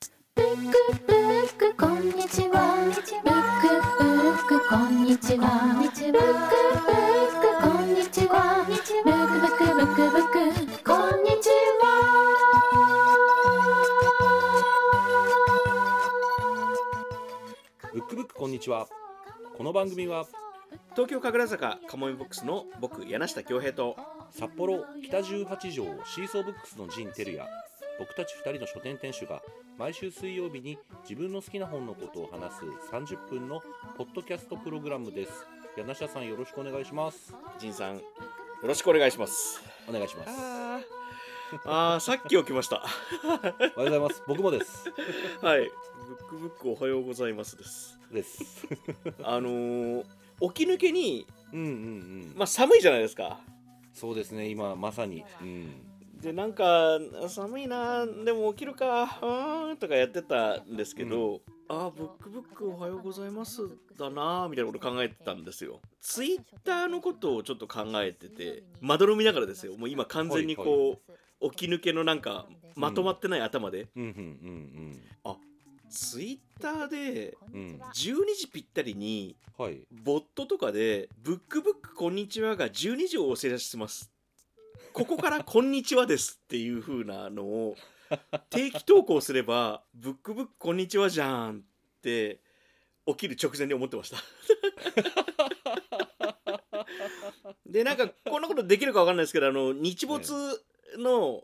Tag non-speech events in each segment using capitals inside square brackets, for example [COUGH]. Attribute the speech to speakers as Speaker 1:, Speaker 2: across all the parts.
Speaker 1: ックルックこんにちはルックルックこんにちはルックルックこんにちはルックブクブクブクこんにちは
Speaker 2: ブックブックこんにちはこの番組は
Speaker 3: 東京神楽坂カモメボックスの僕柳下恭平と
Speaker 2: 札幌北十八条シーソーブックスの陣テルや僕たち2人の書店店主が毎週水曜日に自分の好きな本のことを話す30分のポッドキャストプログラムです柳下さんよろしくお願いします
Speaker 3: 仁さんよろしくお願いします
Speaker 2: お願いします
Speaker 3: あーあーさっき起きました
Speaker 2: おはようございます僕もです
Speaker 3: はいブックブックおはようございますです
Speaker 2: です [LAUGHS]
Speaker 3: あのー、起き抜けに
Speaker 2: うんうんうん、
Speaker 3: まあ寒いじゃないですか
Speaker 2: そうですね今まさにうん
Speaker 3: でなんか寒いなでも起きるかうーんとかやってたんですけど、あーブックブックおはようございますだなーみたいなこと考えてたんですよツイッターのことをちょっと考えててまどろみながらですよもう今完全にこう起き抜けのなんかまとまってない頭で、
Speaker 2: うんうんうん
Speaker 3: ツイッターで
Speaker 2: うんうん
Speaker 3: 12時ぴったりに
Speaker 2: はい
Speaker 3: ボットとかで「ブックブックこんにちは」が12時をお知らせしてますここから「こんにちはです」っていう風なのを定期投稿すれば「ブックブックこんにちはじゃん」って起きる直前に思ってましたでなんかこんなことできるかわかんないですけどあの日没の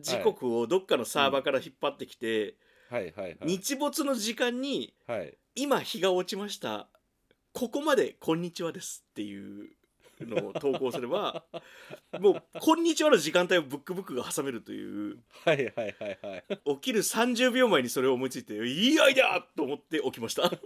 Speaker 3: 時刻をどっかのサーバーから引っ張ってきて、
Speaker 2: はいはいはい
Speaker 3: 日没の時間に
Speaker 2: はい
Speaker 3: 今日が落ちましたここまで「こんにちは」ですっていうのを投稿す
Speaker 2: [LAUGHS]
Speaker 3: ればもう「こんにちは」の時間帯をブックブックが挟めるという
Speaker 2: はいはいはいはい
Speaker 3: 起きる30秒前にそれを思いついて「いいアイデア!」と思って起きました
Speaker 2: ちょっ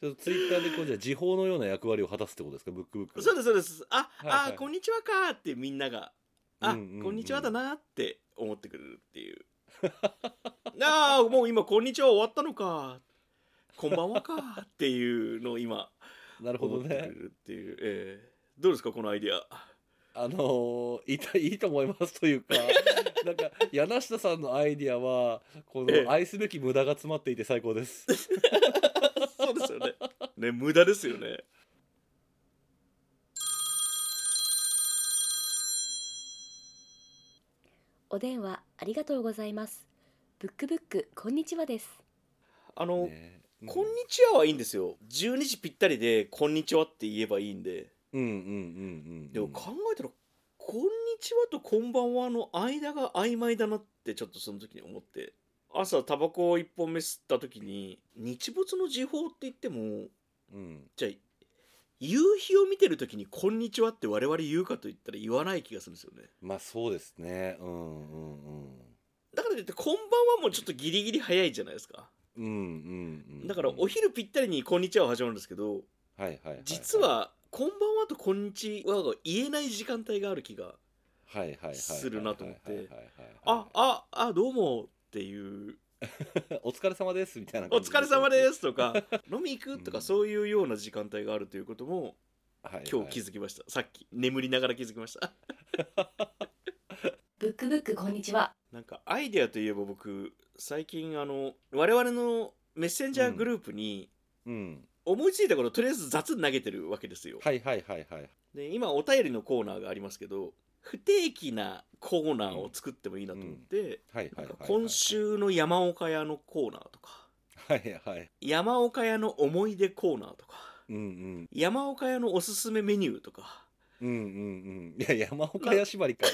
Speaker 2: とツイッターでこうじゃあ時報のような役割を果たすってことですかブックブック
Speaker 3: そうですそうですあ、
Speaker 2: はいはい
Speaker 3: あこんにちはかーってみんなが「あ、
Speaker 2: うんうんうん
Speaker 3: こんにちはだな」って思ってくれるっていう [LAUGHS] ああもう今「こんにちは」終わったのかこんばんはかーっていうのを今
Speaker 2: なるほ
Speaker 3: 思
Speaker 2: ど
Speaker 3: ってくれ
Speaker 2: ね
Speaker 3: るっていう、ええどうですかこのアイデア
Speaker 2: あのーいた [LAUGHS] いいと思いますと
Speaker 3: [LAUGHS]
Speaker 2: いうかなんか柳下さんのアイディアはこ
Speaker 3: ええ
Speaker 2: の愛すべき無駄が詰まっていて最高です
Speaker 3: そうですよね。 [LAUGHS] ね、無駄ですよね。
Speaker 4: お電話ありがとうございます。ブックブックこんにちはです。
Speaker 3: あの、
Speaker 2: ねうん
Speaker 3: こんにちははいいんですよ。12時ぴったりで、こんにちはって言えばいいんで。
Speaker 2: うんうんうんうんうん
Speaker 3: でも考えたら、こんにちはとこんばんはの間が曖昧だなってちょっとその時に思って。朝タバコを1本目吸った時に、日没の時報って言っても、
Speaker 2: うん
Speaker 3: じゃあ、夕日を見てる時にこんにちはって我々言うかと言ったら言わない気がするんですよね。
Speaker 2: まあそうですねうんうんうん
Speaker 3: だからといって、こんばんはもうちょっとギリギリ早いじゃないですか。
Speaker 2: うんうんうん
Speaker 3: だからお昼ぴったりに「こんにちは」が始まるんですけ
Speaker 2: は
Speaker 3: ど
Speaker 2: いはいはいはい
Speaker 3: 実は「こんばんは」と「こんにちは」が言えない時間帯がある気が
Speaker 2: はいはいはいはい
Speaker 3: するなと思って
Speaker 2: はいはいはいはい
Speaker 3: 「
Speaker 2: は
Speaker 3: あああどうも」っていう
Speaker 2: いお疲れ様ですみたいな
Speaker 3: 「お疲れ様
Speaker 2: す
Speaker 3: です」とか [LAUGHS] 「飲み行く」と
Speaker 2: う
Speaker 3: か
Speaker 2: ん
Speaker 3: そういうような時間帯があるということも今日
Speaker 2: き
Speaker 3: 気づきましたさっき眠りながら気づきました
Speaker 4: ブックブックこんにちは。
Speaker 3: なんかアイデアといえば僕最近あの我々のメッセンジャーグループに
Speaker 2: うん
Speaker 3: 思いついたこととりあえず雑に投げてるわけですよ
Speaker 2: はいはいはいはい
Speaker 3: で今お便りのコーナーがありますけど不定期なコーナーを作ってもいいなと思って、
Speaker 2: はいはいはい
Speaker 3: なん
Speaker 2: は
Speaker 3: か
Speaker 2: い
Speaker 3: 今週の山岡屋のコーナーとか
Speaker 2: はいはい
Speaker 3: 山岡屋の思い出コーナーとか
Speaker 2: うんうん
Speaker 3: 山岡屋のおすすめメニューとか
Speaker 2: うんうんうんいや山岡屋縛りかい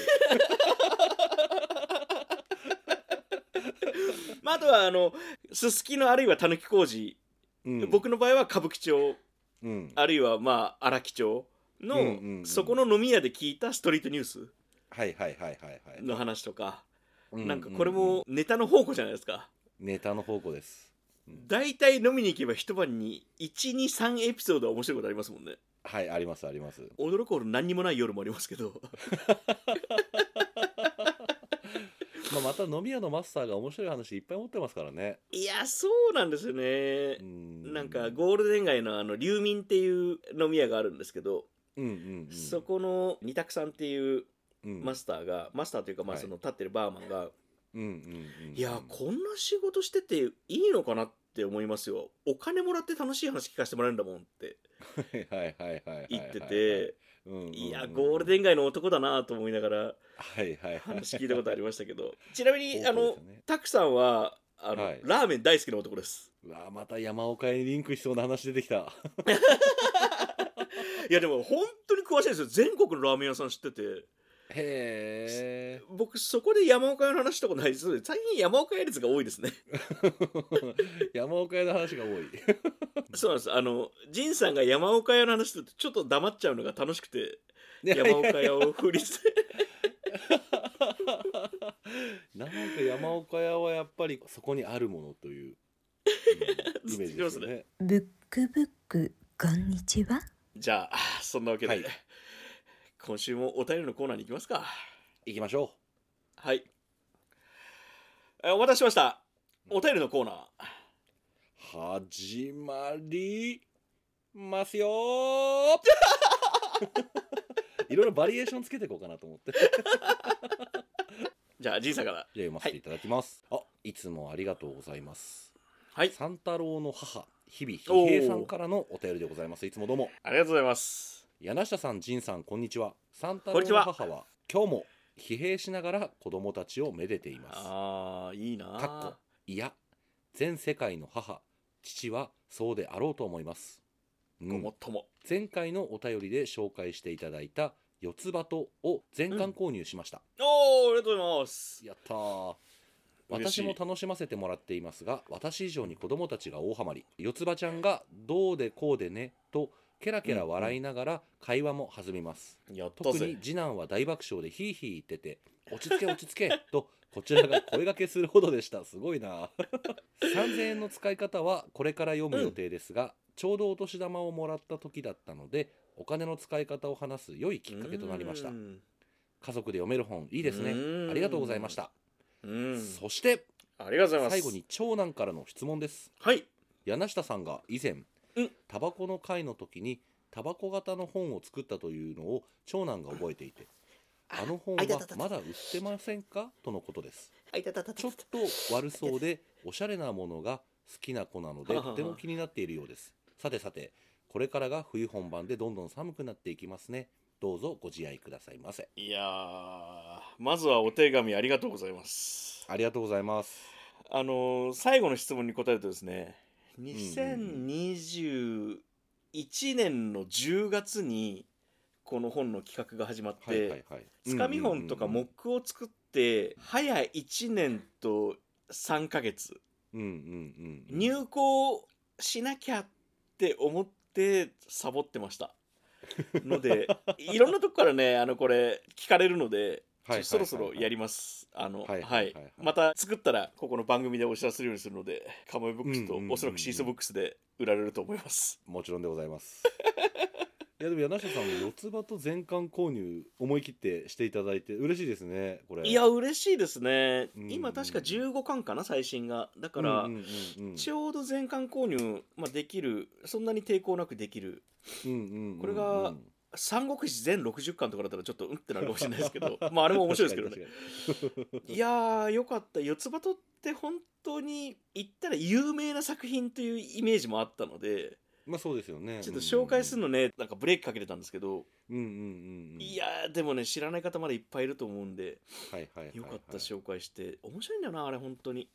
Speaker 3: まあ、あとはあのすすきのあるいはたぬき工事、
Speaker 2: うん
Speaker 3: [LAUGHS] 僕の場合は歌舞伎町
Speaker 2: うん
Speaker 3: あるいはまあ荒木町の、
Speaker 2: うんうんうん
Speaker 3: そこの飲み屋で聞いたストリートニュース
Speaker 2: はいはいはいはいはい
Speaker 3: の話とか、
Speaker 2: うう
Speaker 3: なんかこれもネタの宝庫じゃないですか。
Speaker 2: ネタの方向です
Speaker 3: 大体飲みに行けば一晩に123エピソードは面白いことありますもんね
Speaker 2: はいありますあります
Speaker 3: 驚くほど何にもない夜もありますけど
Speaker 2: まあまた飲み屋のマスターが面白い話いっぱい持ってますからね
Speaker 3: [LAUGHS] いやそうなんですよ
Speaker 2: う
Speaker 3: ね
Speaker 2: ん
Speaker 3: なんかゴールデン街のあの流民っていう飲み屋があるんですけど、
Speaker 2: うんうんうん
Speaker 3: そこの二択さんっていう
Speaker 2: うん
Speaker 3: マスターがマスターというかまあ
Speaker 2: はい
Speaker 3: その立ってるバーマンが
Speaker 2: うんうんうん
Speaker 3: いやこんな仕事してていいのかなって思いますよお金もらって楽しい話聞かせてもらえるんだもんって
Speaker 2: はいはいはいはいはいはい
Speaker 3: 言ってて
Speaker 2: うんうんうん
Speaker 3: いやゴールデン街の男だなと思いながら
Speaker 2: はいはいはい
Speaker 3: 話聞いた
Speaker 2: [LAUGHS]
Speaker 3: ことありましたけ [LAUGHS] どちなみにあ
Speaker 2: そう
Speaker 3: の
Speaker 2: ですね
Speaker 3: タクさんはあの、
Speaker 2: はい
Speaker 3: ラーメン大好きな男です
Speaker 2: うわまた山岡にリンクしそうな話出てき
Speaker 3: [LAUGHS]
Speaker 2: た
Speaker 3: いやでも本当に詳しいんですよ全国のラーメン屋さん知ってて
Speaker 2: へえ
Speaker 3: 僕そこで山岡屋の話したことないです最近山岡屋率が多いです
Speaker 2: [LAUGHS]
Speaker 3: ね
Speaker 2: 山岡屋の話が多
Speaker 3: [LAUGHS]
Speaker 2: い
Speaker 3: そうなんですあの仁さんが山岡屋の話するとちょっと黙っちゃうのが楽しくて山岡屋を振り捨て
Speaker 2: [LAUGHS] なんか山岡屋はやっぱりそこにあるものという、うんイメージですよね。
Speaker 5: ブックブックこんにちは
Speaker 3: [LAUGHS] じゃあそんなわけで、
Speaker 2: はい
Speaker 3: 今週もお便りのコーナーに行きますか
Speaker 2: 行きましょ
Speaker 3: はいえお待たせしましたお便りのコーナー
Speaker 2: う。始まりますよーいろいろバリエーションつけていこうかなと思って。じゃあ
Speaker 3: じゃあ仁さんから
Speaker 2: 読ませていただきます。あいつもありがとうございます。
Speaker 3: はい
Speaker 2: 三太郎の母、日々ひ平さんからのお便りでございます。いつもどうも。
Speaker 3: ありがとうございます
Speaker 2: 柳下さん、仁さん、こんにちは。三太
Speaker 3: こ
Speaker 2: 郎
Speaker 3: んにち
Speaker 2: の
Speaker 3: は
Speaker 2: 母は今日も疲弊しながら子供たちをめでています。
Speaker 3: あーいいなー
Speaker 2: かっこいや全世界の母父はそうであろうと思います、う
Speaker 3: ご
Speaker 2: ん
Speaker 3: もっとも
Speaker 2: 前回のお便りで紹介していただいた四つ葉とを全巻購入しました、
Speaker 3: おーありがとうございます
Speaker 2: やったー
Speaker 3: 嬉しい
Speaker 2: 私も楽しませてもらっていますが私以上に子供たちが大ハマり四つ葉ちゃんが「どうでこうでね」とケラケラ笑いながら会話も弾みます、
Speaker 3: やった
Speaker 2: 特
Speaker 3: ぜ
Speaker 2: に次男は大爆笑でヒーヒー言ってて「落ち着け落ち着け」とこちらが声掛けするほどでしたすごいな3000円の使い方はこれから読む予定ですが、ちょうどお年玉をもらった時だったのでお金の使い方を話す良いきっかけとなりました
Speaker 3: うん
Speaker 2: 家族で読める本いいですね
Speaker 3: うん
Speaker 2: ありがとうございました、
Speaker 3: うん
Speaker 2: そして
Speaker 3: ありがとうございま
Speaker 2: 最
Speaker 3: す
Speaker 2: 後に長男からの質問です
Speaker 3: はい
Speaker 2: 柳下さんが以前
Speaker 3: うん
Speaker 2: タバコの会の時にタバコ型の本を作ったというのを長男が覚えていてあの本はまだ売ってませんかとのことですちょっと悪そうでおしゃれなものが好きな子なので
Speaker 3: ははは
Speaker 2: とても気になっているようですさてさてこれからが冬本番でどんどん寒くなっていきますねどうぞご自愛くださいませ
Speaker 3: いやーまずはお手紙ありがとうございます
Speaker 2: ありがとうございます
Speaker 3: あのー最後の質問に答えるとですね
Speaker 2: ん
Speaker 3: 2021年の10月にこの本の企画が始まって、
Speaker 2: はいはいはい
Speaker 3: つかみ本とかモックを作って早1年と3ヶ月
Speaker 2: うんうんうん
Speaker 3: 入校しなきゃって思ってサボってま
Speaker 2: [LAUGHS]
Speaker 3: したのでいろんなとこからねあのこれ聞かれるのでちょ
Speaker 2: はいはいはいはい
Speaker 3: そろそろやりますあの
Speaker 2: は
Speaker 3: はいい
Speaker 2: はいはいはい
Speaker 3: また作ったらここの番組でお知らせするようにするのでカモメブックス
Speaker 2: うん
Speaker 3: と
Speaker 2: うんうんうん
Speaker 3: おそらくシーソーブックスで売られると思います
Speaker 2: もちろんでござい
Speaker 3: [LAUGHS]
Speaker 2: ます。いやでも柳下さんも四つ葉と全巻購入思い切ってしていただいて嬉しいですねこれ。
Speaker 3: いや嬉しいですね
Speaker 2: うん
Speaker 3: 今確か15巻かな最新がだ
Speaker 2: う
Speaker 3: か
Speaker 2: んうん
Speaker 3: ら、
Speaker 2: うんうん
Speaker 3: ちょうど全巻購入、まあ、できるそんなに抵抗なくできる
Speaker 2: うんうんうんうん
Speaker 3: これが三国志全60巻とかだったらちょっとうんってなるかもしれないです
Speaker 2: [LAUGHS]
Speaker 3: けどまああれも面白いですけどね。
Speaker 2: 確かに確かに
Speaker 3: いやーよかった四つ葉とって本当に言ったら有名な作品というイメージもあったので
Speaker 2: まあそうですよね。
Speaker 3: ちょっと紹介する
Speaker 2: の。
Speaker 3: のねなんかブレーキかけてたんですけど
Speaker 2: うんうんうんうん。
Speaker 3: いやーでもね知らない方までいっぱいいると思うんで
Speaker 2: はいはいはいはい
Speaker 3: よかった紹介して面白いんだよなあれ本当に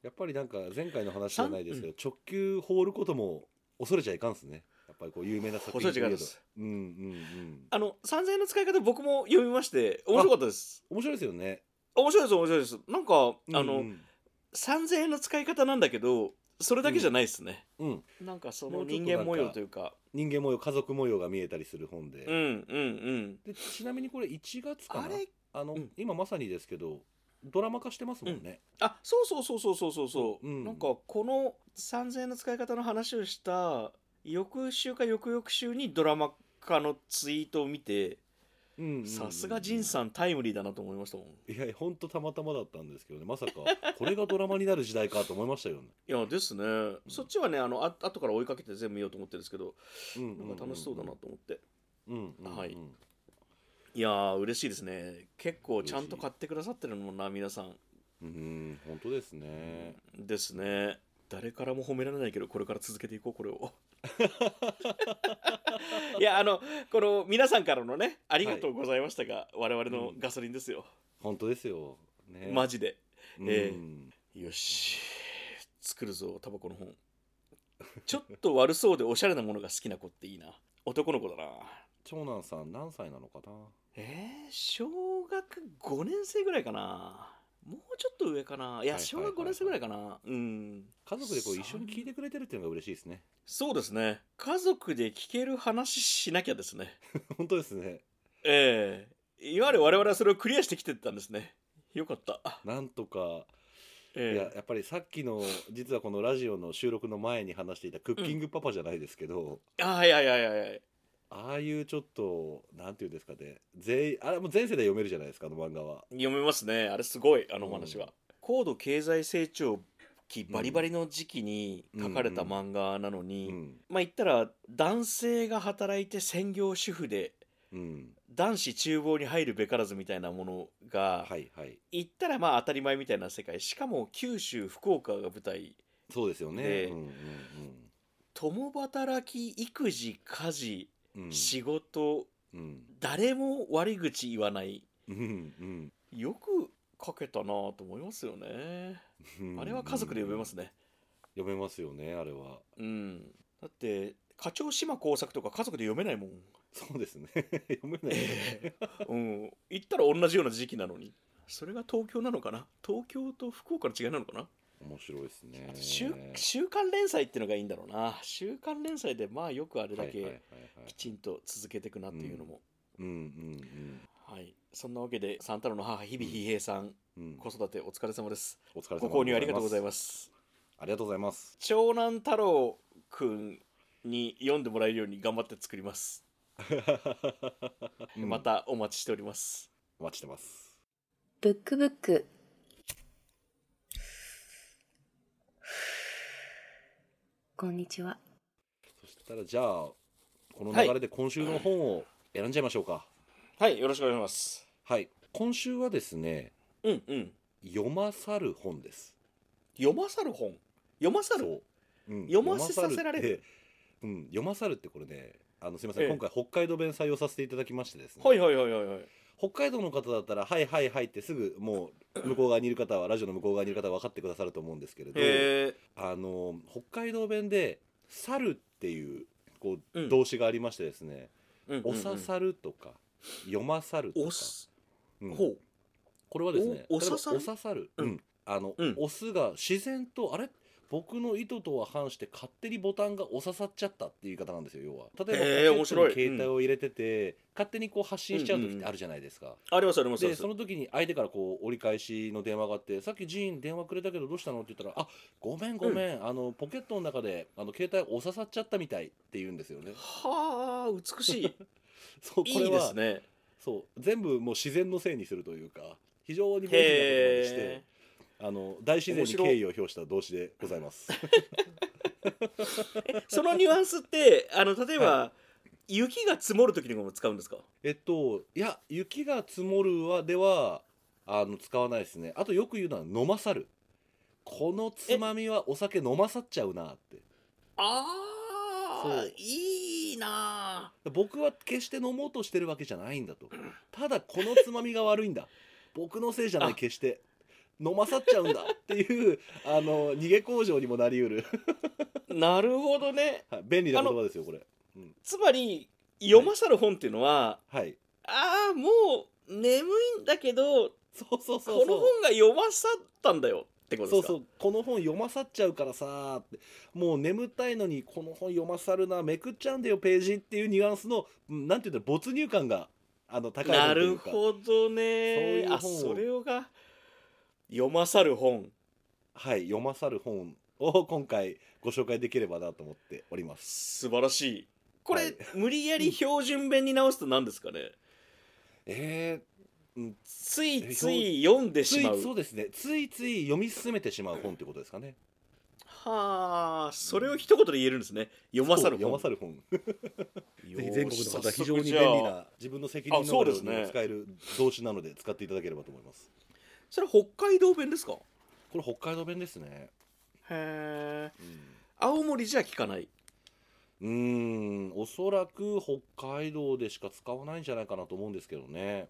Speaker 2: やっぱりなんか前回の話じゃないですけど直球放ることも恐れちゃいかんですね。やっぱりこう有名な作
Speaker 3: 恐
Speaker 2: 品
Speaker 3: れちゃいか
Speaker 2: といえ
Speaker 3: んで
Speaker 2: ば
Speaker 3: す
Speaker 2: うんうんうん。
Speaker 3: あの3000円の使い方僕も読みまして面白かったです
Speaker 2: 面白いですよね。
Speaker 3: 面白いです面白いですなんかあの、
Speaker 2: うん
Speaker 3: 3000円の使い方なんだけどそれだけじゃないですね、
Speaker 2: うんうん
Speaker 3: なんかそ
Speaker 2: も
Speaker 3: の
Speaker 2: うちょっと
Speaker 3: 人
Speaker 2: なんか
Speaker 3: 間模様というか
Speaker 2: 人間模様家族模様が見えたりする本で。
Speaker 3: うんうんうん
Speaker 2: でちなみにこれ1月かな
Speaker 3: あれ
Speaker 2: あの、
Speaker 3: うん
Speaker 2: 今まさにですけどドラマ化してますもんね、
Speaker 3: あそうそうそうそうそうそうそう、
Speaker 2: うん
Speaker 3: なんかこの3000円の使い方の話をした翌週か翌々週にドラマ化のツイートを見て
Speaker 2: うんうんうん
Speaker 3: さすが仁さんタイムリーだなと思いましたもん
Speaker 2: いやほんとたまたまだったんですけどねまさかこれがドラマになる時代かと思いましたよね、
Speaker 3: いやですね、そっちはねあのあ後から追いかけて全部見ようと思ってるんですけど
Speaker 2: うん
Speaker 3: なんか楽しそうだなと思って、
Speaker 2: うんうんうん
Speaker 3: はいいやー嬉しいですね結構ちゃんと買ってくださってるもんな皆さん
Speaker 2: うん本当ですね
Speaker 3: ですね誰からも褒められないけどこれから続けていこうこれ [LAUGHS] をいやあのこの皆さんからのねありがとうございましたが、我々のガソリンですよ、
Speaker 2: 本当ですよね
Speaker 3: マジでええ
Speaker 2: うん
Speaker 3: よし作るぞタバコの本ちょっと悪そうでおしゃれなものが好きな子っていいな男の子だな
Speaker 2: 長男さん何歳なのかな
Speaker 3: えー、小学5年生ぐらいかなもうちょっと上かない
Speaker 2: はいはいはい
Speaker 3: や
Speaker 2: はい
Speaker 3: 小学5年生ぐらいかなうん
Speaker 2: 家族でこう一緒に聞いてくれてるっていうのが嬉しいですね
Speaker 3: そうですね家族で聞ける話しなきゃですね
Speaker 2: 本当ですね
Speaker 3: ええいわゆる我々はそれをクリアしてきてたんですねよかった
Speaker 2: なんとかいや
Speaker 3: え
Speaker 2: やっぱりさっきの実はこのラジオの収録の前に話していたクッキングパパじゃないですけど、
Speaker 3: えあはいはいはいはいはい
Speaker 2: ああいうちょっとなんていうんですかね全員あれもう前世で読めるじゃないですかあの漫画は
Speaker 3: 読めますねあれすごいあのお話は、高度経済成長期バリバリの時期に書かれた漫画なの
Speaker 2: う
Speaker 3: に、
Speaker 2: ん
Speaker 3: まあ言ったら男性が働いて専業主婦で
Speaker 2: うん
Speaker 3: 男子厨房に入るべからずみたいなものが、
Speaker 2: はいはい
Speaker 3: 言ったらまあ当たり前みたいな世界しかも九州福岡が舞台
Speaker 2: そうですよね
Speaker 3: で
Speaker 2: うんうん
Speaker 3: 共働き育児家事
Speaker 2: うんうん
Speaker 3: 仕事、
Speaker 2: うん
Speaker 3: 誰も悪口言わない
Speaker 2: うん
Speaker 3: よく書けたなと思いますよね、
Speaker 2: うん
Speaker 3: あれは家族で読めますね
Speaker 2: 読めますよねあれは
Speaker 3: うんだって課長島耕作とか家族で読めないもん、
Speaker 2: そうですね [LAUGHS] 読めないよね
Speaker 3: うん、言ったら同じような時期なのにそれが東京なのかな東京と福岡の違いなのかな、
Speaker 2: 面白いですね
Speaker 3: あと週週刊連載っていうのがいいんだろうな週刊連載でまあよくあれだ
Speaker 2: はいはいはい
Speaker 3: け
Speaker 2: はい
Speaker 3: きちんと続けていくなっていうのも、
Speaker 2: うんうん
Speaker 3: はいそんなわけで三太郎の母日々比平さん、
Speaker 2: うんうん
Speaker 3: 子育てお疲れ様です
Speaker 2: お疲れ様で
Speaker 3: ご購入ありがとうござい
Speaker 2: す
Speaker 3: ます
Speaker 2: ありがとうございます
Speaker 3: 長男太郎くんに読んでもらえるように頑張って作ります、
Speaker 2: うん
Speaker 3: [LAUGHS] またお待ちしております
Speaker 2: お待ちしてます
Speaker 4: ブックブックこんにちは
Speaker 2: そしたらじゃあこの流れで今週の本を選んじゃいましょうか
Speaker 3: はいよろしくお願いします
Speaker 2: はい今週はですね
Speaker 3: うんうん
Speaker 2: 読まさる本です
Speaker 3: 読まさる本読まさる
Speaker 2: う、うん
Speaker 3: 読ませさせられ
Speaker 2: 読
Speaker 3: る
Speaker 2: まさるってうん、読まさるってこれねあのすみません、
Speaker 3: ええ
Speaker 2: 今回北海道弁採用させていただきましてですね、
Speaker 3: はいはいはいはいはい
Speaker 2: 北海道の方だったら「はいはいはい」ってすぐもう向こう側にいる方はラジオの向こう側にいる方は分かってくださると思うんですけれど、
Speaker 3: え
Speaker 2: あの北海道弁で「猿」っていうこう、
Speaker 3: うん
Speaker 2: 動詞がありましてですね
Speaker 3: ーうん
Speaker 2: 「おささる」とか「読まさる」とか
Speaker 3: お、す
Speaker 2: うん
Speaker 3: ほう
Speaker 2: これはですね
Speaker 3: おおさ
Speaker 2: 例
Speaker 3: さる
Speaker 2: えばおささる、
Speaker 3: う
Speaker 2: うんんあの、
Speaker 3: うん
Speaker 2: オスが自然とあれ僕の意図とは反して勝手にボタンが押ささっちゃったっていう言い方なんですよ要は例
Speaker 3: へ
Speaker 2: え
Speaker 3: ー
Speaker 2: ば、
Speaker 3: 面白い
Speaker 2: 携帯を入れてて、勝手にこう発信しちゃう時ってあるじゃないですか、
Speaker 3: ありますありますあ
Speaker 2: で
Speaker 3: ります
Speaker 2: その時に相手からこう折り返しの電話があって「さっきジーン電話くれたけどどうしたの?」って言ったら「あごめんごめん、あのポケットの中であの携帯押ささっちゃったみたい」って言うんですよね。
Speaker 3: はあ美
Speaker 2: [LAUGHS]
Speaker 3: しい
Speaker 2: そうこれはい
Speaker 3: いですね
Speaker 2: そう全部もう自然のせいにするというか非常に便利なことまでして
Speaker 3: へえ
Speaker 2: あの大自然に敬意を表した動詞でございます。
Speaker 3: そのニュアンスってあの例えば、
Speaker 2: は
Speaker 3: 雪が積もる時にも使うんですか
Speaker 2: えっといや雪が積もるはではあの使わないですね。あとよく言うのは飲まさる。このつまみはお酒飲まさっちゃうなって。
Speaker 3: あ
Speaker 2: そ
Speaker 3: あ
Speaker 2: う
Speaker 3: いいな
Speaker 2: 僕は決して飲もうとしてるわけじゃないんだと。ただこのつまみが悪いんだ。僕のせいじゃない
Speaker 3: あ
Speaker 2: 決して。飲まさっちゃうんだっていうあの逃げ工場にもなりうる
Speaker 3: あなるほどね
Speaker 2: はい便利な言葉ですよこれ
Speaker 3: つまり読まさる本っていうのは、
Speaker 2: はい
Speaker 3: ああもう眠いんだけ
Speaker 2: そ
Speaker 3: ど
Speaker 2: うそうそうそう
Speaker 3: この本が読まさったんだよってこと
Speaker 2: そ
Speaker 3: で
Speaker 2: う
Speaker 3: すか
Speaker 2: そうこの本読まさっちゃうからさーってもう眠たいのにこの本読まさるなめくっちゃうんだよページっていうニュアンスのうんなんていうんだろう没入感があの高い
Speaker 3: な
Speaker 2: 本とい
Speaker 3: る
Speaker 2: うか
Speaker 3: ほどね
Speaker 2: そういう
Speaker 3: あ
Speaker 2: 本を
Speaker 3: それをが読まさる本
Speaker 2: はい読まさる本を今回ご紹介できればなと思っております
Speaker 3: 素晴らしいこれ、
Speaker 2: はい
Speaker 3: 無理やり標準弁に直すと何ですかね
Speaker 2: えーうん
Speaker 3: ついつい読んで
Speaker 2: つ
Speaker 3: しまう
Speaker 2: いそうですねついつい読み進めてしまう本ってことですかね
Speaker 3: はあそれを一言で言えるんですね読まさる
Speaker 2: そう読
Speaker 3: 本
Speaker 2: まさる本ぜひ
Speaker 3: よー
Speaker 2: 全国の
Speaker 3: し
Speaker 2: 方は
Speaker 3: 早
Speaker 2: 非
Speaker 3: 速
Speaker 2: 常に便
Speaker 3: じゃあ
Speaker 2: 利な自分の責任
Speaker 3: あ
Speaker 2: の
Speaker 3: そう
Speaker 2: ある
Speaker 3: で
Speaker 2: も
Speaker 3: すね
Speaker 2: のに使える動詞なので使っていただければと思います
Speaker 3: それは北海道弁ですか
Speaker 2: これ北海道弁ですね
Speaker 3: へえ
Speaker 2: うん
Speaker 3: 青森じゃ聞かないう
Speaker 2: ーんおそらく北海道でしか使わないんじゃないかなと思うんですけどね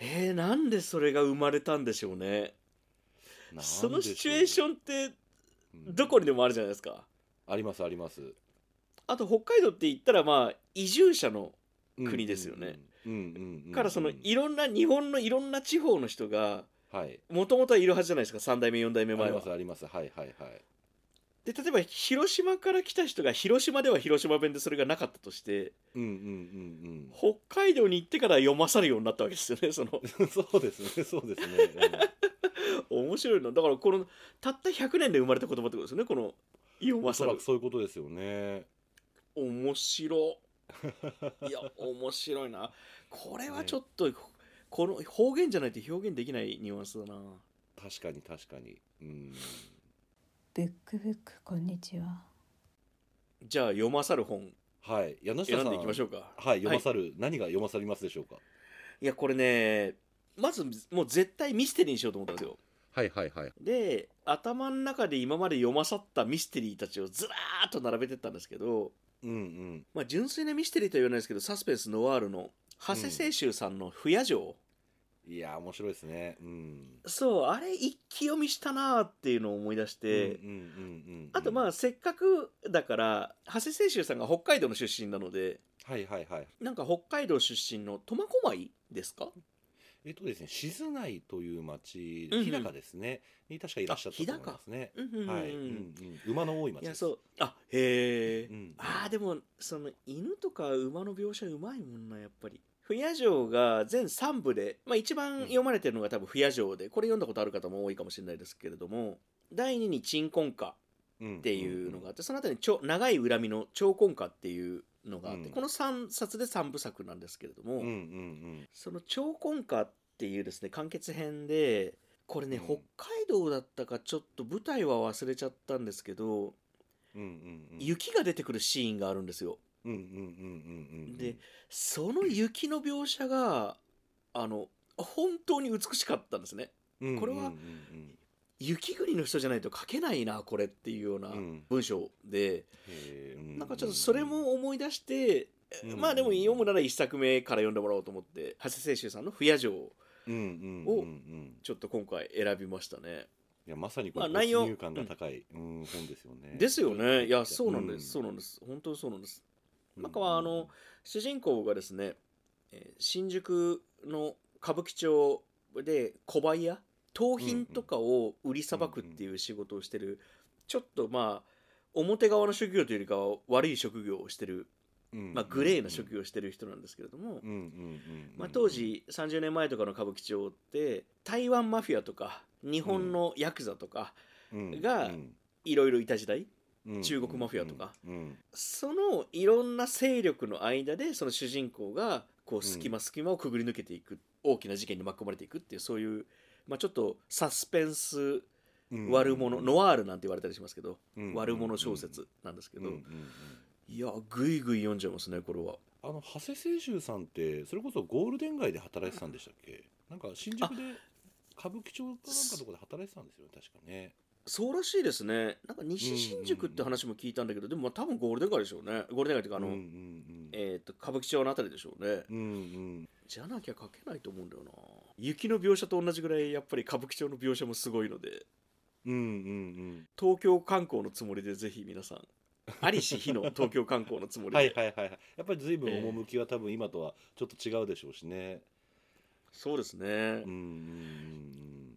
Speaker 3: えー、なんでそれが生まれたんでしょうねそのシチュエーシ
Speaker 2: ョン
Speaker 3: ョンってどこにでもあるじゃないですか
Speaker 2: ありますあります
Speaker 3: あと北海道って言ったらまあ移住者の国ですよね
Speaker 2: うんうんうんうん
Speaker 3: からそのいろんな日本のいろんな地方の人が
Speaker 2: はい
Speaker 3: もともとはいるはずじゃないですか3代目4代
Speaker 2: あ
Speaker 3: 目前
Speaker 2: り
Speaker 3: は
Speaker 2: ますありますはいはいはい
Speaker 3: で例えば広島から来た人が広島では広島弁でそれがなかったとして
Speaker 2: うんうん
Speaker 3: 北海道に行ってから読まされるようになったわけですよねそ
Speaker 2: [LAUGHS]
Speaker 3: の
Speaker 2: うんうん [LAUGHS] そうですねそうです
Speaker 3: [LAUGHS]
Speaker 2: ね
Speaker 3: 面白いのだからこのたった100年で生まれた言葉ってことですよねこの読
Speaker 2: うんお
Speaker 3: ま
Speaker 2: そ
Speaker 3: さ
Speaker 2: ら
Speaker 3: れる
Speaker 2: くそういうことですよね
Speaker 3: 面白いや面白いなこれはちょっと、この方言じゃないと表現できないニュアンスだな
Speaker 2: 確かに確かにうん
Speaker 5: ブックブックこんにちは
Speaker 3: じゃあ読まさる本
Speaker 2: はい柳下
Speaker 3: 選
Speaker 2: さん
Speaker 3: んでいきましょうか
Speaker 2: はい読まさる、何が読まさりますでしょうか
Speaker 3: いやこれねまずもう絶対ミステリーにしようと思ったんですよ
Speaker 2: はいはいはい
Speaker 3: で頭の中で今まで読まさったミステリーたちをずらーっと並べてったんですけど、
Speaker 2: うんうん
Speaker 3: まあ、純粋なミステリーとは言わないですけどサスペンスノワールの長谷清舟さんの「不夜城」
Speaker 2: いやー面白いですねうん
Speaker 3: そうあれ一気読みしたなーっていうのを思い出して、
Speaker 2: うんうんうんうんうん
Speaker 3: あとまあせっかくだから長谷清舟さんが北海道の出身なので
Speaker 2: はいはいはい
Speaker 3: なんか北海道出身の苫小牧ですか
Speaker 2: えっとですね静内という町
Speaker 3: うんうん
Speaker 2: 日高ですね、に確かいらっしゃったと思いますね
Speaker 3: うんうんうん、
Speaker 2: はい、うん
Speaker 3: い
Speaker 2: うん、馬の多い町
Speaker 3: や
Speaker 2: です
Speaker 3: そうあへえ、
Speaker 2: うん
Speaker 3: あーでもその犬とか馬の描写うまいもんなやっぱり不夜城が全3部で、まあ、一番読まれてるのが多分不夜城でこれ読んだことある方も多いかもしれないですけれども第2に「鎮魂歌」
Speaker 2: うん
Speaker 3: っていうのがあってその後にちょ「長い恨みの長魂歌」っていうのがあって、
Speaker 2: うん
Speaker 3: この3冊で3部作なんですけれども、
Speaker 2: うんうんうん
Speaker 3: その「長魂歌」っていうですね完結編でこれね、
Speaker 2: うん
Speaker 3: 北海道だったかちょっと舞台は忘れちゃったんですけど、
Speaker 2: うんうんうん
Speaker 3: 雪が出てくるシーンがあるんですよ。
Speaker 2: うんうんうんうんうんうん
Speaker 3: でその雪の描写があの本当に美しかったんですね
Speaker 2: うん
Speaker 3: これは
Speaker 2: うんうん
Speaker 3: 雪国の人じゃないと書けないなこれっていうような
Speaker 2: うんうん
Speaker 3: 文章で、
Speaker 2: へーう
Speaker 3: なんかちょっとそれも思い出して、
Speaker 2: うん
Speaker 3: まあでも読むなら一作目から読んでもらおうと思って長谷清舟さんの「不夜城」を
Speaker 2: うんうんうんうん
Speaker 3: ちょっと今回選びましたね、
Speaker 2: いやまさにこれ
Speaker 3: まあ内容
Speaker 2: 没入感が高い、うん本ですよね
Speaker 3: ですよねいやそうなんです、そううなんです本当にそうなんです
Speaker 2: う
Speaker 3: なんかはあの主人公がですね、えー新宿の歌舞伎町で小売屋盗品とかを売りさばくっていう仕事をしてる、ちょっとまあ表側の職業というよりかは悪い職業をしてる、まあ、グレーな職
Speaker 2: 業
Speaker 3: 業をしてる人なんですけれど
Speaker 2: うん
Speaker 3: も、
Speaker 2: うんうんうん
Speaker 3: まあ、当時30年前とかの歌舞伎町って台湾マフィアとか日本のヤクザとかがいろいろいた時代中国マフィアとか
Speaker 2: うんうん
Speaker 3: そのいろんな勢力の間でその主人公がこう隙間隙間をくぐり抜けていく、大きな事件に巻き込まれていくっていうそういう、まあ、ちょっとサスペンス
Speaker 2: うん
Speaker 3: 悪者、
Speaker 2: うん
Speaker 3: ノワールなんて言われたりしますけど、
Speaker 2: うんうんうん
Speaker 3: 悪者小説なんですけ
Speaker 2: う
Speaker 3: ど、
Speaker 2: んうんうん
Speaker 3: いやぐいぐい読んじゃいますねこれは
Speaker 2: あの長谷清舟さんってそれこそゴールデン街で働いてたんでしたっけなんか新宿で歌舞伎町かなんかとこで働いてたんですよね確かね
Speaker 3: そうらしいですねなんか西新宿って話も聞いたんだけど、でもまあ多分ゴールデン街でしょうねゴールデン街っていうかあの、
Speaker 2: うんうんうん
Speaker 3: えー、と歌舞伎町のあたりでしょうね
Speaker 2: うんうん
Speaker 3: じゃなきゃ書けないと思うんだよな雪の描写と同じぐらいやっぱり歌舞伎町の描写もすごいので
Speaker 2: うんうん
Speaker 3: 東京観光のつもりでぜひ皆さんありし日の東京観光のつも
Speaker 2: う
Speaker 3: り
Speaker 2: ん
Speaker 3: で、
Speaker 2: はいはいはいはいやっぱり随分趣は多分今とはちょっと違うでしょうしね
Speaker 3: そうですね
Speaker 2: うん、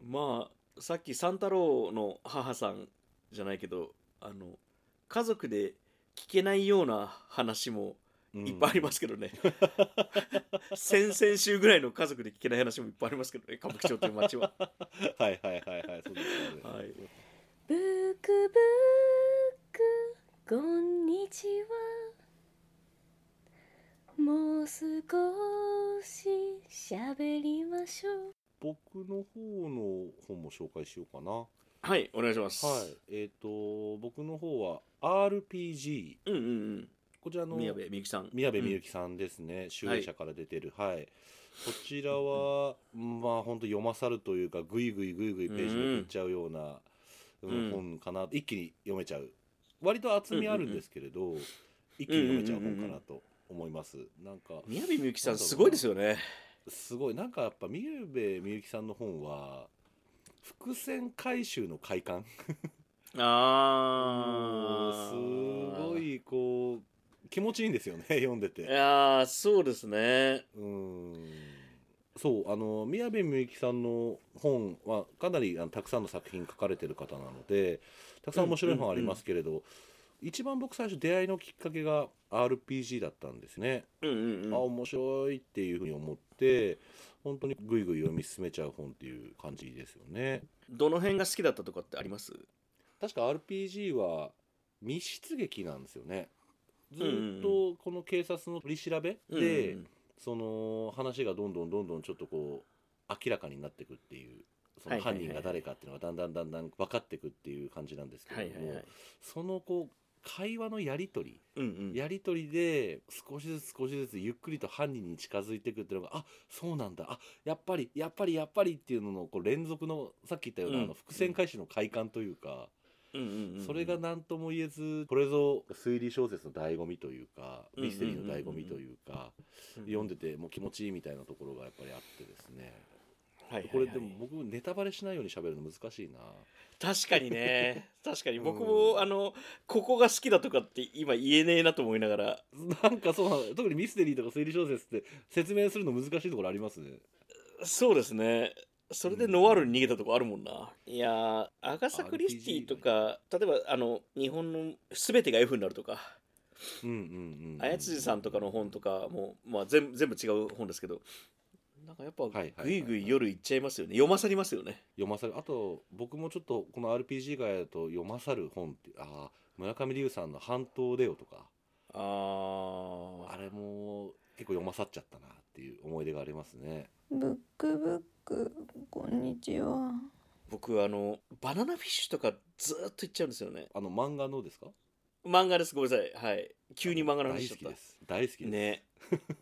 Speaker 2: うん
Speaker 3: まあさっき三太郎の母さんじゃないけどあの家族で聞けないような話も
Speaker 2: うんうん
Speaker 3: いっぱいありますけどね、先々週ぐらいの家族で聞けない話もいっぱいありますけどね歌舞伎町という街は
Speaker 2: はいはいはいはいそうですよね
Speaker 3: [LAUGHS] はい
Speaker 4: ブックブックこんにちはもう少し喋りましょう
Speaker 2: 僕の方の本も紹介しようかな
Speaker 3: はいお願いします、
Speaker 2: はいえっ、と僕の方は RPG
Speaker 3: うんうんうん
Speaker 2: こちらの
Speaker 3: 宮部みゆきさん
Speaker 2: 宮部みゆ
Speaker 3: き、
Speaker 2: きさんですね、集英社から出てる、はい、こちらは、 [LAUGHS] まあ、本当、読まさるというか、ぐいぐいぐいぐいページめくっちゃうような、うん
Speaker 3: うん
Speaker 2: 本かな、一気に読めちゃう、割と厚みあるんですけれど、一気に読めちゃう本かなと思います。なんか、
Speaker 3: 宮部みゆきさんすごいですよね
Speaker 2: すごい、なんかやっぱ、宮部みゆきさんの本は、伏線回収の快感
Speaker 3: あ
Speaker 2: もう
Speaker 3: あ
Speaker 2: すごい、こう、気持ちいいんですよね、 [LAUGHS] 読んでて
Speaker 3: い。やーそうですね
Speaker 2: うーんそうあの宮部みゆきさんの本はかなりあのたくさんの作品書かれてる方なのでたくさん面白い本ありますけれど、一番僕最初出会いのきっかけが RPG だったんですね、
Speaker 3: うんうんうん
Speaker 2: あ面白いっていうふうに思って本当にぐいぐい読み進めちゃう本っていう感じですよね
Speaker 3: どの辺が好きだったとかってあります
Speaker 2: 確か RPG は密室劇なんですよねず
Speaker 3: うん
Speaker 2: っとこの警察の取り調べで、
Speaker 3: うん
Speaker 2: その話がどんどんどんどんちょっとこう明らかになっていくっていうその
Speaker 3: はいはい
Speaker 2: 犯
Speaker 3: はい
Speaker 2: 人が誰かっていうのがだんだんだんだん分かっていくっていう感じなんですけ
Speaker 3: は
Speaker 2: れ
Speaker 3: い
Speaker 2: ど
Speaker 3: はいは
Speaker 2: も
Speaker 3: い
Speaker 2: そのこう会話のやり取り
Speaker 3: うんうん
Speaker 2: やり取りで少しずつ少しずつゆっくりと犯人に近づいていくっていうのがあそうなんだあやっぱりやっぱりやっぱりっていうののこう連続のさっき言ったよう
Speaker 3: う
Speaker 2: なんあの伏線回収の快感というか
Speaker 3: うんうんうん
Speaker 2: それが何とも言えずこれぞ推理小説の醍醐味というか
Speaker 3: うんうん
Speaker 2: ミステリーの醍醐味というか。
Speaker 3: うん
Speaker 2: 読んでてもう気持ちいいみたいなところがやっぱりあってですね
Speaker 3: はいはいはい
Speaker 2: これでも僕ネタバレしないように喋るの難しいな [LAUGHS]
Speaker 3: 確かに [LAUGHS] ね確かに僕
Speaker 2: うん
Speaker 3: もあのここが好きだとかって今言えねえなと思いながら
Speaker 2: なんかそうなの特にミステリーとか推理小説って説明するの難しいところありますね
Speaker 3: そうですねそれでノワールに逃げたとこあるもんな、いやーアガサ・クリスティとか例えばあの日本の全てが F になるとか
Speaker 2: うんうんうん
Speaker 3: 綾辻さんとかの本とかも、まあ、全全部違う本ですけどなんかやっぱ
Speaker 2: いはいはい
Speaker 3: ぐいぐい夜行っちゃいますよね読まさりますよね
Speaker 2: 読まさるあと僕もちょっとこの RPG 界だと読まさる本ってああ村上龍さんの「半島レオ」とか
Speaker 3: あ
Speaker 2: あれも結構読まさっちゃったなっていう思い出がありますね
Speaker 5: ブックブックこんにちは
Speaker 3: 僕あのバナナフィッシュとかずーっと行っちゃうんですよね
Speaker 2: あの漫画のですか
Speaker 3: 漫画ですごめんなさいはい急に漫画の話
Speaker 2: 大好
Speaker 3: しち
Speaker 2: き
Speaker 3: ゃっ
Speaker 2: です大好きです、
Speaker 3: たね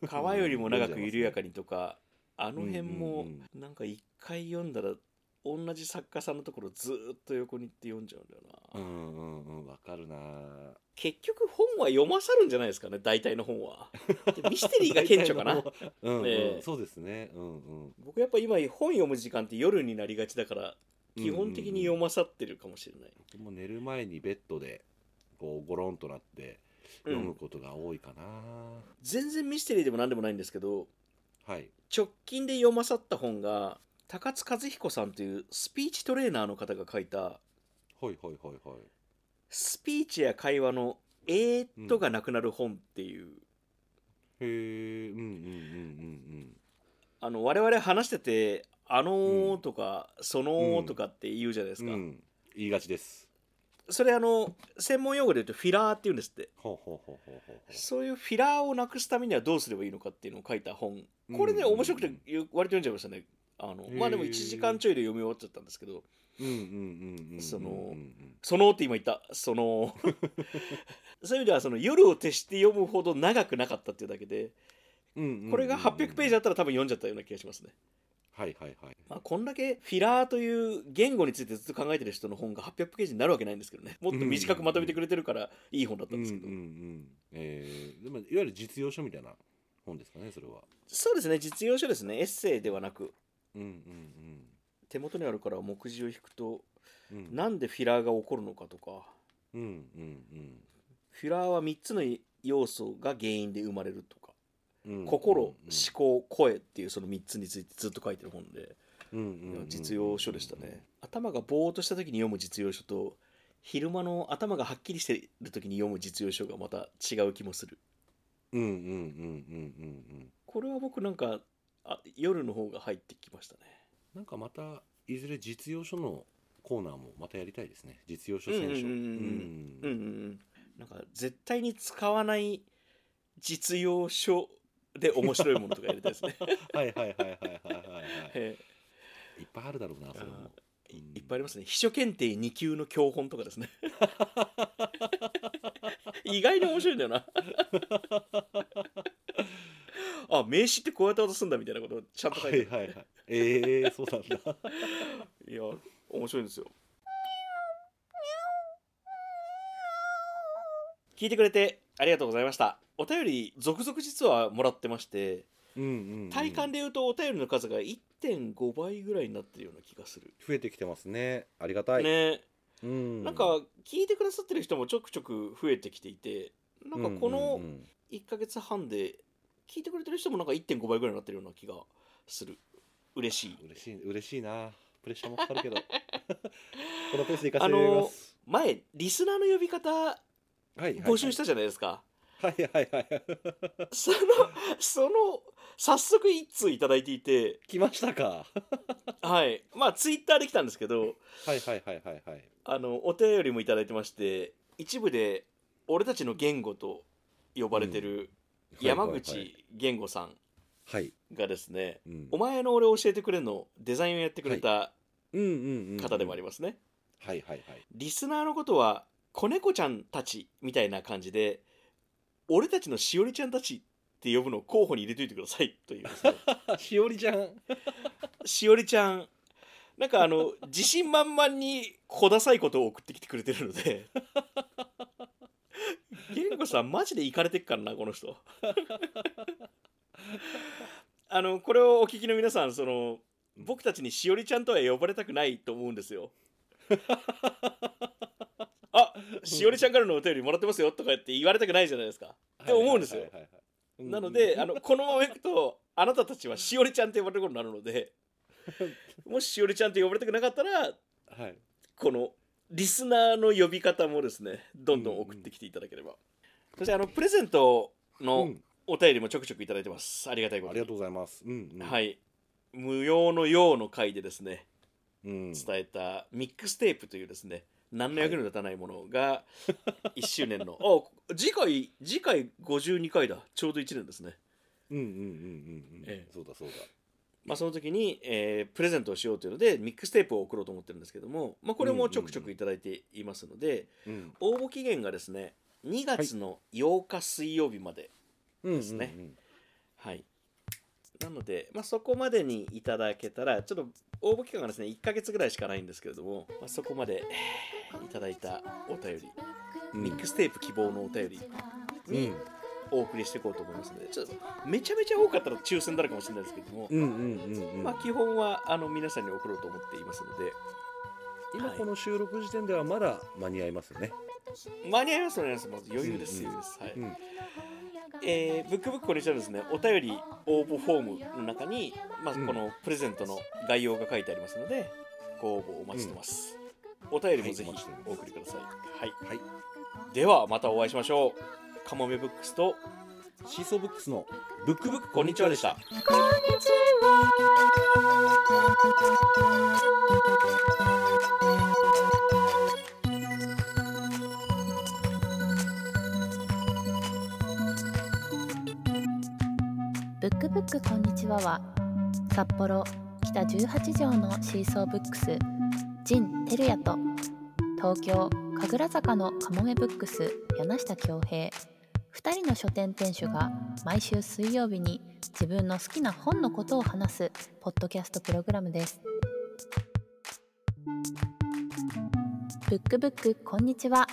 Speaker 3: 川よりも長く緩やかにとかあの辺
Speaker 2: う
Speaker 3: も
Speaker 2: んうん
Speaker 3: なんか一回読んだら同じ作家さんのところずーっと横に行って読んじゃうんだよ
Speaker 2: う
Speaker 3: な、
Speaker 2: んうんうんわかるな
Speaker 3: 結局本は読まさるんじゃないですかね大体の本はでミステリーが顕著かな [LAUGHS]
Speaker 2: うん、うん
Speaker 3: ええ
Speaker 2: そうですね。うんうん。
Speaker 3: 僕やっぱ今本読む時間って夜になりがちだから基本的に
Speaker 2: うんうん
Speaker 3: 読まさってるかもしれない、
Speaker 2: うんもう寝る前にベッドでこうゴロンとなって
Speaker 3: うん
Speaker 2: 読むことが多いかな。
Speaker 3: 全然ミステリーでも何でもないんですけど
Speaker 2: はい。
Speaker 3: 直近で読まさった本が高津和彦さんというスピーチトレーナーの方が書いた
Speaker 2: はいはいはいはい。
Speaker 3: スピーチや会話の「えーっと」がなくなる本っていう、
Speaker 2: へえ。うんうんうんうん
Speaker 3: あの我々話してて「あの
Speaker 2: う
Speaker 3: ー」
Speaker 2: ん
Speaker 3: とか「そのー」とかって言うじゃないです
Speaker 2: うん。
Speaker 3: か、
Speaker 2: うん。言いがちです。
Speaker 3: それあの専門用語で言うとフィラーって言うんですって
Speaker 2: ほうほうほうほうほうほ
Speaker 3: そういうフィラーをなくすためにはどうすればいいのかっていうのを書いた本
Speaker 2: う。
Speaker 3: これね、
Speaker 2: うん
Speaker 3: 面白くてよ割と読んじゃいましたねあの
Speaker 2: へー
Speaker 3: まあでも1時間ちょいで読み終わっちゃったんですけど
Speaker 2: うんうんうんうんうん。
Speaker 3: その
Speaker 2: うんうん
Speaker 3: そのって今言ったその [LAUGHS] そういう意味ではその夜を徹して読むほど長くなかったっていうだけで
Speaker 2: うんうんうんうん
Speaker 3: これが800ページあったら多分読んじゃったような気がしますね、
Speaker 2: はいはいはい。
Speaker 3: まあ、こんだけフィラーという言語についてずっと考えてる人の本が800ページになるわけないんですけどねもっと短くまとめてくれてるからいい本だった
Speaker 2: うんんうん
Speaker 3: で
Speaker 2: う
Speaker 3: すけど、
Speaker 2: ん。ええ。でもいわゆる実用書みたいな本ですかね、それは。
Speaker 3: そうですね実用書ですねエッセイではなく
Speaker 2: うんうん
Speaker 3: 手元にあるから目次を引くと
Speaker 2: うん。うん。
Speaker 3: なんでフィラーが起こるのかとか
Speaker 2: うんうんうん。
Speaker 3: フィラーは3つの要素が原因で生まれるとか
Speaker 2: うん
Speaker 3: 心、
Speaker 2: うん
Speaker 3: 思
Speaker 2: うん
Speaker 3: 考声っていうその3つについてずっと書いてる本で
Speaker 2: うんうんうんうん
Speaker 3: 実用書でしたね頭がぼーっとした時に読む実用書と昼間の頭がはっきりしてる時に読む実用書がまた違う気もする
Speaker 2: うんうんうんうんうんうん
Speaker 3: これは僕なんかあ夜の方が入ってきましたね
Speaker 2: なんかまたいずれ実用書のコーナーもまたやりたいですね実用書
Speaker 3: うんうん
Speaker 2: 選書
Speaker 3: うん
Speaker 2: うん
Speaker 3: うんうんうんなんか絶対に使わない実用書で面白いものとかやりたい
Speaker 2: [LAUGHS]
Speaker 3: ですね、
Speaker 2: はいはいはいはいはいはいは
Speaker 3: え
Speaker 2: いいっぱいあるだろうなそれも
Speaker 3: え
Speaker 2: うん [LAUGHS]
Speaker 3: いいっぱいありますね秘書検定2級の教本とかですね意外に面白いんだよなあ名刺ってこうやって渡すんだみたいなことをちゃんと書
Speaker 2: は
Speaker 3: いてあ
Speaker 2: い
Speaker 3: る、
Speaker 2: はいはいえー、そう [LAUGHS] なんだ
Speaker 3: い、や面白いんですよ聞いてくれてありがとうございましたお便り続々実はもらってまして
Speaker 2: うんうん、うん、
Speaker 3: 体感で言うとお便りの数が1.5倍ぐらいになってるような気がする、
Speaker 2: 増えてきてますねありがたい、
Speaker 3: ね
Speaker 2: うん
Speaker 3: なんか聞いてくださってる人もちょくちょく増えてきていてなんかこ
Speaker 2: う
Speaker 3: の
Speaker 2: んうんうん
Speaker 3: 1ヶ月半で聞いてくれてる人もなんか1.5倍ぐらいになってるような気がする嬉しい
Speaker 2: 嬉しい嬉しいなプレッシャーもかか
Speaker 3: [LAUGHS]
Speaker 2: るけどこのペースでいかせていただきます、
Speaker 3: 前リスナーの呼び方
Speaker 2: はいはいはい
Speaker 3: 募集したじゃないですか、
Speaker 2: はいはいはい
Speaker 3: そのその早速1通いただいていて
Speaker 2: 来ましたか
Speaker 3: はいまあツイッターできたんですけど
Speaker 2: はいはいはいはいはい
Speaker 3: あのお便りもいただいてまして一部で俺たちの言語と呼ばれてる山口言語さん
Speaker 2: はい、はい
Speaker 3: がですね、
Speaker 2: うん、
Speaker 3: お前の俺を教えてくれのデザインをやってくれた
Speaker 2: うんうんうん
Speaker 3: 方でもあり
Speaker 2: ま
Speaker 3: ますね、
Speaker 2: すはいはいはい
Speaker 3: リスナーのことは子猫ちゃんたちみたいな感じで俺たちのしおりちゃんたちって呼ぶのを候補に入れといてくださいというですね
Speaker 2: あしおりちゃん
Speaker 3: しおりちゃんなんかあの [LAUGHS] 自信満々に小ダサいことを送ってきてくれてるので [LAUGHS] 言語さんマジでいかれてっからなこの人 [LAUGHS] あのこれをお聞きの皆さんその僕たちにしおりちゃんとは呼ばれたくないと思うんですよ [LAUGHS] あしおりちゃんからのお便りもらってますよとか言って言われたくないじゃないですかって思うんですよ
Speaker 2: はいはいはいはいはい
Speaker 3: なので、あのこのままいくとあなたたちはしおりちゃんって呼ばれることになるの [LAUGHS] でもししおりちゃんって呼ばれたくなかったら
Speaker 2: うんはい、
Speaker 3: このリスナーの呼び方もですねどんどん送ってきていただければ、そしてあのプレゼント
Speaker 2: う
Speaker 3: の
Speaker 2: ん、
Speaker 3: お便りもちょくちょくいただいてますありがたいこ
Speaker 2: あ
Speaker 3: と
Speaker 2: り
Speaker 3: に
Speaker 2: がとうございます、うんうん
Speaker 3: はい無用の用の回でですね
Speaker 2: うん、
Speaker 3: 伝えたミックステープというですね何の役にも立たないものが1周年の、あ次回次回52回だちょうど1年ですね
Speaker 2: うんうんうんうんうん、
Speaker 3: ええ
Speaker 2: そうだそうだ
Speaker 3: まあ、その時に、えープレゼントをしようというのでミックステープを送ろうと思ってるんですけども、まあ、これもちょくちょくいただいていますので、
Speaker 2: うん
Speaker 3: 応募期限がですね2月の8日水曜日までですね
Speaker 2: うんうんうん
Speaker 3: はい、なので、まあ、そこまでにいただけたらちょっと応募期間がですね1ヶ月ぐらいしかないんですけれども、まあ、そこまでえーいただいたお便り
Speaker 2: うん
Speaker 3: ミックステープ希望のお便りに
Speaker 2: うん
Speaker 3: お送りしていこうと思いますのでちょっとめちゃめちゃ多かったら抽選になるかもしれないですけども、
Speaker 2: うんうんうんうん
Speaker 3: まあ、基本はあの皆さんに送ろうと思っていますので
Speaker 2: 今
Speaker 3: はい
Speaker 2: この収録時点ではまだ間に合いますよね。
Speaker 3: 間に合いますね、まず余裕です、
Speaker 2: うん
Speaker 3: 余裕です。はい。
Speaker 2: うん、
Speaker 3: えー、ブックブックこれじゃですね、お便り応募フォームの中に、まず
Speaker 2: うん
Speaker 3: このプレゼントの概要が書いてありますので、ご応募お待ちしてます。お便りもぜひ
Speaker 2: はいお待ちしてます
Speaker 3: お送りください。はい。
Speaker 2: はい、
Speaker 3: では、またお会いしましょう。カモメブックスと、
Speaker 2: シーソーブックスのブックブック
Speaker 3: こんにちはでした。
Speaker 1: ブックブックこんにちはは札幌北18条のシーソーブックス陣てるやと東京神楽坂のかもめブックス柳下恭平2人の書店店主が毎週水曜日に自分の好きな本のことを話すポッドキャストプログラムです。ブックブックこんにちは